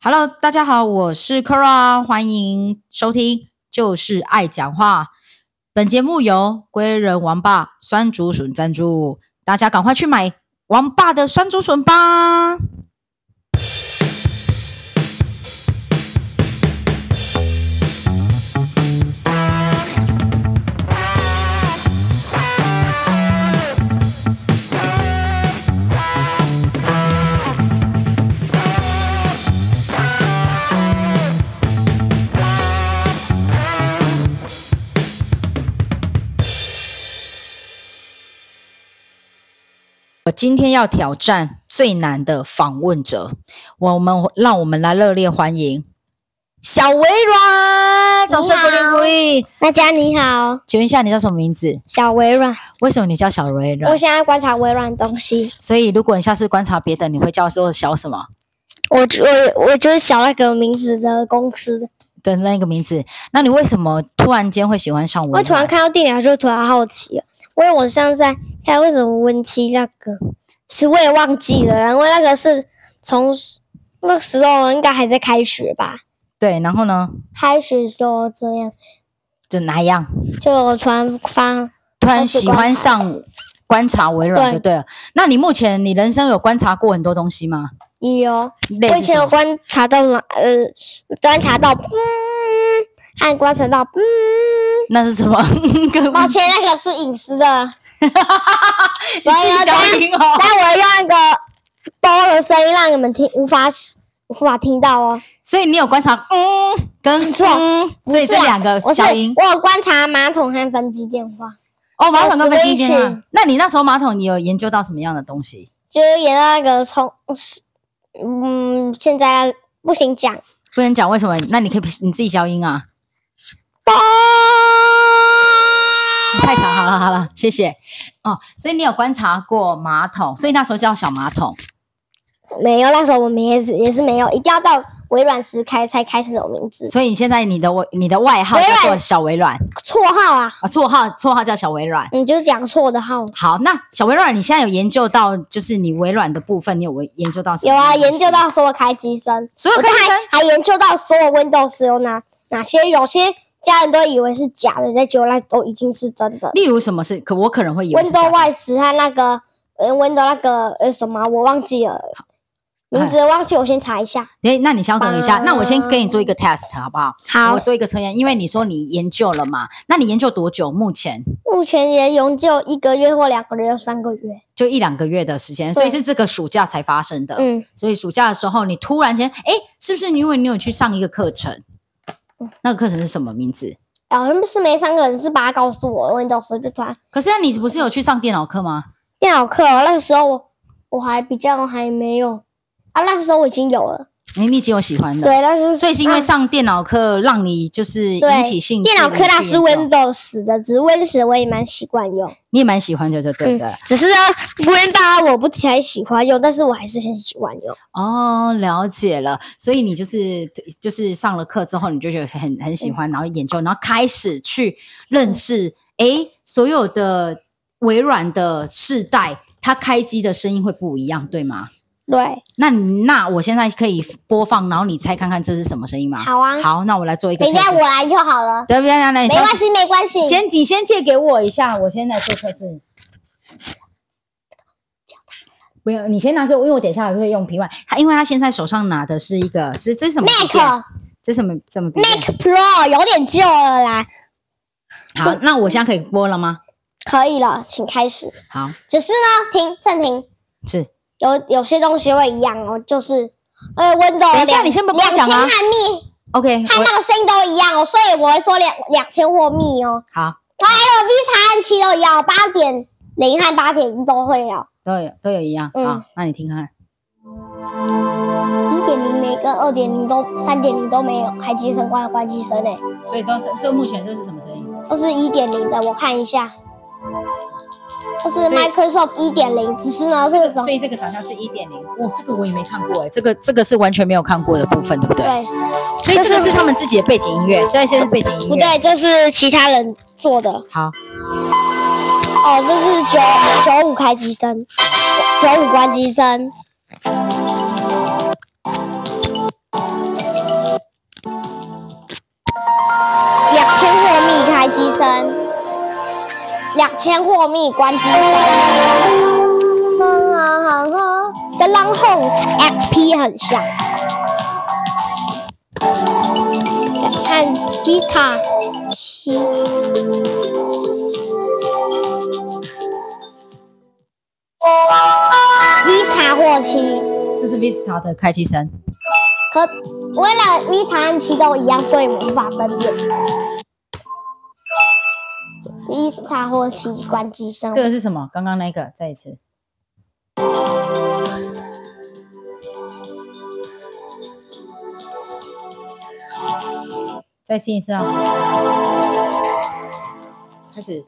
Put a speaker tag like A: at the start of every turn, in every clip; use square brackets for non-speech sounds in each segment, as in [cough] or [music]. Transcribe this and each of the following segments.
A: Hello，大家好，我是 Kara，欢迎收听，就是爱讲话。本节目由归人王霸酸竹笋赞助，大家赶快去买王霸的酸竹笋吧。我今天要挑战最难的访问者，我们让我们来热烈欢迎小微软，掌声鼓励鼓励。
B: 大家你好，
A: 请问一下，你叫什么名字？
B: 小微软，
A: 为什么你叫小微
B: 我
A: 软？
B: 想要观察微软的东西。
A: 所以，如果你下次观察别的，你会叫做小什么
B: 我我我就是小那个名字的公司。
A: 的那个名字？那你为什么突然间会喜欢上微
B: 我
A: 软？
B: 突然看到电脑就突然好奇了，因为我上次在看为什么 Win 七那个，其实我也忘记了啦，因为那个是从那时候应该还在开学吧，
A: 对，然后呢，
B: 开学的时候这样，
A: 就哪样？
B: 就我突然发
A: 突然
B: 开始
A: 喜欢上观察微软
B: 对
A: 就对了。那你目前你人生有观察过很多东西吗？
B: 有，
A: 类
B: 哦我
A: 似
B: 以前
A: 什
B: 有
A: 么？
B: 观察到马，呃，观察到，嗯，和观察到，嗯。
A: 那是什么？ [laughs] 跟
B: 抱歉，那个是隐私
A: [laughs]
B: 的。所以
A: 你
B: 呢，
A: 小
B: 等
A: 心哦
B: 下，。但我用一个包的声音让你们听，无法无法听到哦。
A: 所以你有观察，嗯，跟
B: 错
A: 嗯，
B: 不
A: 所以
B: 是
A: 这
B: 啊
A: 两个
B: 我是
A: 小音
B: 我有观察马桶和分机电话，
A: 哦，马桶
B: 我
A: 跟分析电
B: 是微
A: 话
B: 信。
A: 那你那时候马桶，你有研究到什么样的东西？
B: 就是演那个从，嗯，现在不行讲。
A: 不能讲为什么？那你可以你自己消音啊。太长，好了好了，谢谢。哦，所以你有观察过马桶，所以那时候叫小马桶。
B: 没有，那时候我们也是也是没有，一定要到微软时开才开始有名字
A: 所以你现在你的我你的外号
B: 微
A: 叫
B: 软
A: 做小微软
B: 绰号啊，
A: 啊，绰号绰号叫小微软。
B: 你就讲错的号。
A: 好，那小微软，你现在有研究到就是你微软的部分，你有研究到什么
B: 有
A: 样的
B: 啊，
A: 东西？
B: 研究到所有开机声。
A: 所有哦
B: 我
A: 开
B: 都
A: 机声
B: 还还研究到所有 Windows 有哪哪些，有些家人都以为是假的，在结果那都已经是真的。
A: 例如什么是可我可能会有
B: Windows 外磁和那个呃 Windows 那个呃什么，我忘记了名字，忘记我先查一下。
A: 哎、那你稍等一下，
B: 吧
A: 那我先跟你做一个 test 好不好？
B: 嗯好
A: 我，做一个测验，因为你说你研究了嘛，那你研究多久？目前
B: 目前也研究一个月或两个月、三个月。
A: 就一两个月的时间，所以是这个暑假才发生的。
B: 嗯，
A: 所以暑假的时候，你突然间，哎、是不是因为你有去上一个课程？那个课程是什么名字？
B: 然后哦是没三个人是把他告诉我 Windows 就突然
A: 可是你不是有去上电脑课吗？
B: 电脑课哦，那个时候我我还比较还没有啊，那个时候我已经有了。
A: 你你已经有喜欢的，
B: 对，但是
A: 嗯所以是因
B: 啊
A: 为上电脑课让你就是
B: 对
A: 引起兴趣。
B: 电脑科大
A: 你去
B: 是
A: 研究
B: Windows 的，只是 Win 我也蛮习惯用。
A: 你也蛮喜欢的，就对
B: 嗯
A: 不对？，
B: 只是呢，Win 八我不太喜欢用，但是我还是很喜欢用。
A: 哦，了解了，所以你就是就是上了课之后，你就觉得很很
B: 嗯
A: 喜欢，然后研究，然后开始去认识，诶，所有的微软的世代，它开机的声音会不一样，对吗？
B: 对，
A: 那你那我现在可以播放，然后你猜看看这是什么声音吗？
B: 好啊
A: 好，那我来做一个
B: 等一
A: 测
B: 下我
A: 试。
B: 来就好了，
A: 对不对？那你
B: 没
A: 先
B: 关系，没关系。
A: 先你先借给我一下，我先来做测试。不用，你先拿给我，因为我等一下还会用平板。他因为他现在手上拿的是一个是这是什么笔
B: Mac
A: 电
B: 哦
A: 这是什么什么笔电
B: Mac Pro 有点旧了啦，
A: 好，那我现在可以播了吗？
B: 可以了，请开始。
A: 好，
B: 只是呢，停，暂停，
A: 是
B: 有有些东西会一样哦，就是呃，Windows
A: 等一下
B: 两
A: 你先不要讲啊
B: 两千和密
A: OK
B: 和
A: 我。
B: 那个声音都一样哦，所以我会说两两千或密哦。
A: 好，
B: V 叉和七都一样，八点零和八点一都会了。
A: 都有都有一样。
B: 嗯
A: 好，那你听看看。
B: 一点零没跟二点零都三点零都没有开机声关关机声诶、
A: 所以都是这目前这是什么声音？
B: 都是一点零的，我看一下，这是
A: 以
B: Microsoft 一点零，只是呢这个时候
A: 所以这个长相是一点零。哇，这个我也没看过哎、这个这个是完全没有看过的部分，对不对？
B: 对
A: 所以这个是他们自己的背景音乐，所以现在是背景音乐。
B: 不对？这是其他人做的
A: 好，
B: 哦，这是九九五开机声，九五关机声，千货蜜关机。嗯跟浪后 XP 很像。看吉他七，吉他或七。
A: 这是 Vista 的开机声。
B: 可为了蜜糖和七都一样，所以无法分辨。一塔或七关机声
A: 这，个是什么？刚刚那个，再一次。再听一次啊！开始，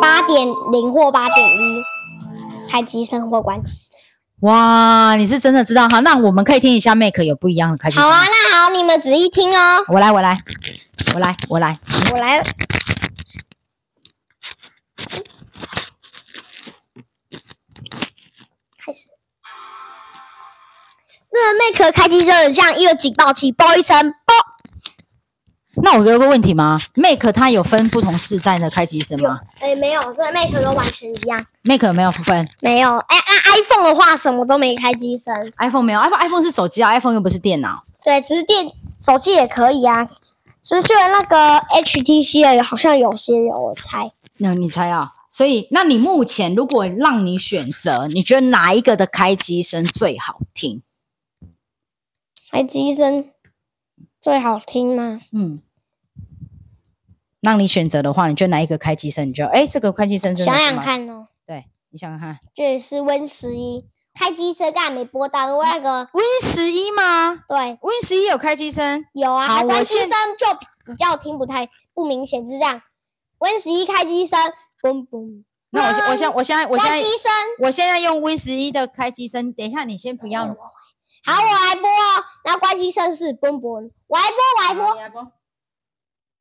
B: 八点零或八点一，开机声或关机声。
A: 哇，你是真的知道哈？那我们可以听一下 Make 有不一样的开机声
B: 好
A: 吗。
B: 啊，那好，你们仔细听哦。
A: 我来，我来，我来，我来。
B: 我来，开始。那麦克开机声很像一个警报器，啵一声，啵。
A: 那我有个问题吗？Make 它有分不同世代的开机声
B: 有
A: 吗，
B: 哎，没有，这麦克都完全一样。
A: ？Make 有没有分
B: 没有，哎、那 iPhone 的话什么都没开机声，
A: ？iPhone 没有，iPhone iPhone 是手机啊，iPhone 又不是电脑。
B: 对，只是电手机也可以啊。只是就那个 HTC 的好像有些有，我猜
A: 那你猜啊？所以，那你目前如果让你选择，你觉得哪一个的开机声最好听？
B: 开机声最好听吗？
A: 嗯，让你选择的话，你觉得哪一个开机声？你觉得哎，诶这个开机声真的
B: 想
A: 是
B: 想
A: 吗？
B: 看哦，
A: 对你想想看
B: 这也是 Win 十一开机声，但没播到，因为那个
A: ，Win 十一吗
B: 对
A: ？Win 十一有开机声？
B: 有啊，
A: 好
B: 它
A: 我
B: 关机
A: 现
B: 声就比较听不太不明显，是这样。Win 十一开机声，嘣嘣，
A: 那我现我现我现在我现
B: 关
A: 在
B: 机声。
A: 我现在用 Win 十一的开机声，等一下你先不
B: 哦
A: 要。
B: 好，我来播哦。然后关机声是嘣嘣，我来播，我来播。
A: 你来播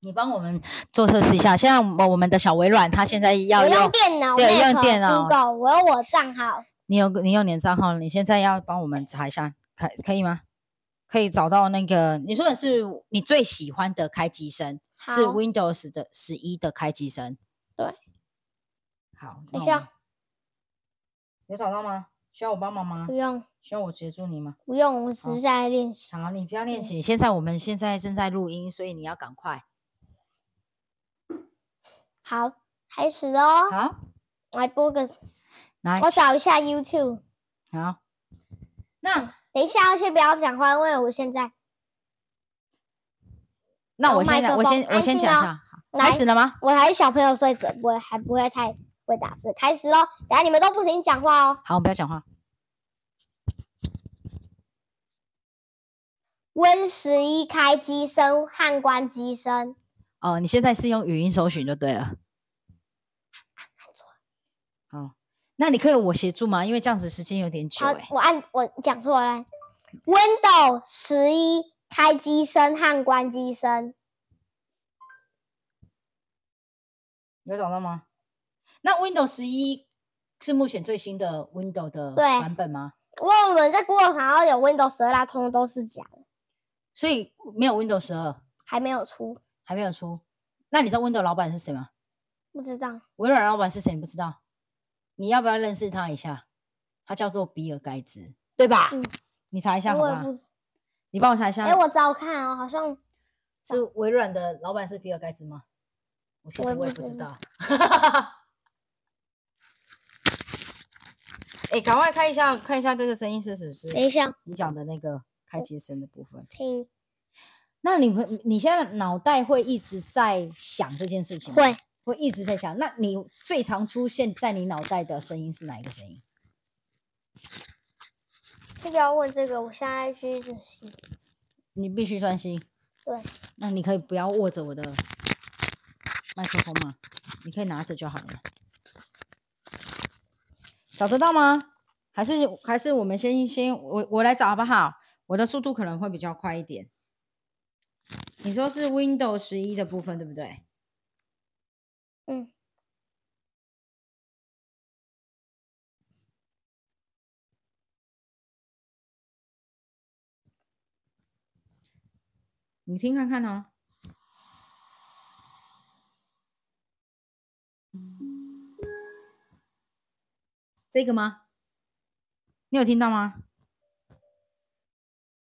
A: 你帮我们做测试一下。现在我我们的小微软，它现在要
B: 我用
A: 用
B: 电脑，
A: 对
B: Mac
A: 用电脑
B: Google，我有我账号，
A: 你有你有你的账号，你现在要帮我们查一下，可可以吗？可以找到那个你说的是你最喜欢的开机声，是
B: 好
A: Windows 的十一的开机声。
B: 对，
A: 好，
B: 等一
A: 那我
B: 下
A: 们有找到吗？需要我帮忙吗
B: 不？用
A: 需要我协助你吗？
B: 不用，我只
A: 好
B: 是在练习。
A: 好，你不要练
B: 对
A: 习。现在我们现在正在录音，所以你要赶快。
B: 好，开始哦。
A: 好，
B: 我来播个，
A: 来，
B: 我找一下 YouTube。
A: 好。那
B: 等一下，先不要讲话，因为我现在
A: 那
B: 有
A: 我
B: 麦
A: 先来，
B: 克
A: 我
B: 风
A: 先我
B: 安
A: 先
B: 静
A: 讲一
B: 哦
A: 下。好开
B: 来
A: 始了吗？
B: 我还是小朋友，所以只不会还不会太会打字。开始喽，等下你们都不行讲话哦。
A: 好，我们不要讲话。
B: Win 十一开机声和关机声，
A: 哦，你现在是用语音搜寻就对了。好，那你可以我协助吗？因为这样子时间有点久
B: 好
A: 哎、，
B: 我按我讲错了。Windows 十一开机声和关机声，
A: 有找到吗？那 Windows 十一是目前最新的 Windows 的
B: 对
A: 版本吗？
B: 因为我们在 Google 上要有 Windows 十二，它通通都是假的，
A: 所以没有 Windows 十二
B: 还没有出，
A: 还没有出。那你知道 Windows 老板是谁吗？
B: 不知道。
A: 微软老板是谁？你不知道？你要不要认识他一下？他叫做比尔盖茨，对吧？
B: 嗯
A: 你查一下好不
B: 我也
A: 好
B: 不？知，
A: 你帮我查一下。
B: 哎，我找看哦，好像
A: 是微软的老板是比尔盖茨吗？我其实
B: 我也
A: 我也
B: 不
A: 不知
B: 知
A: 道。 [laughs] 哎、赶快看一下，看一下这个声音是是不是
B: 等一下
A: 你讲的那个开机声的部分？
B: 听
A: 那你会，你现在脑袋会一直在想这件事情吗？
B: 会
A: 会一直在想。那你最常出现在你脑袋的声音是哪一个声音？
B: 这个要问这个，我现在去仔细。
A: 你必须专心。
B: 对，
A: 那你可以不要握着我的麦克风嘛，你可以拿着就好了。找得到吗？还是还是我们先先我我来找好不好？我的速度可能会比较快一点。你说是 Windows 十一的部分对不对？
B: 嗯，
A: 你听看看哦。这个吗？你有听到吗？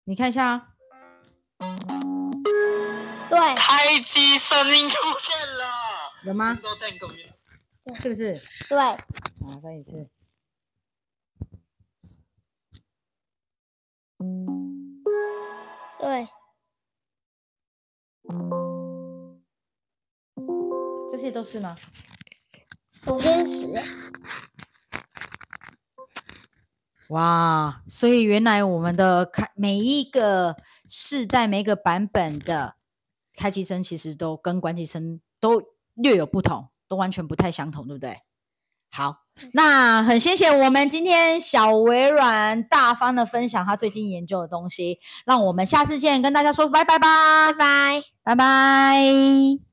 A: 你看一下啊，
B: 对，
C: 开机声音出现了。
A: 有吗？
C: 都在公园。
A: 是不是？
B: 对，
A: 啊，再一次。
B: 对，
A: 这些都是吗？
B: 五跟十，
A: 哇，所以原来我们的开每一个世代、每一个版本的开机声，其实都跟关机声都略有不同，都完全不太相同，对不对？好，那很谢谢我们今天小微软大方的分享他最近研究的东西，让我们下次见，跟大家说拜拜吧，
B: 拜。
A: 拜拜。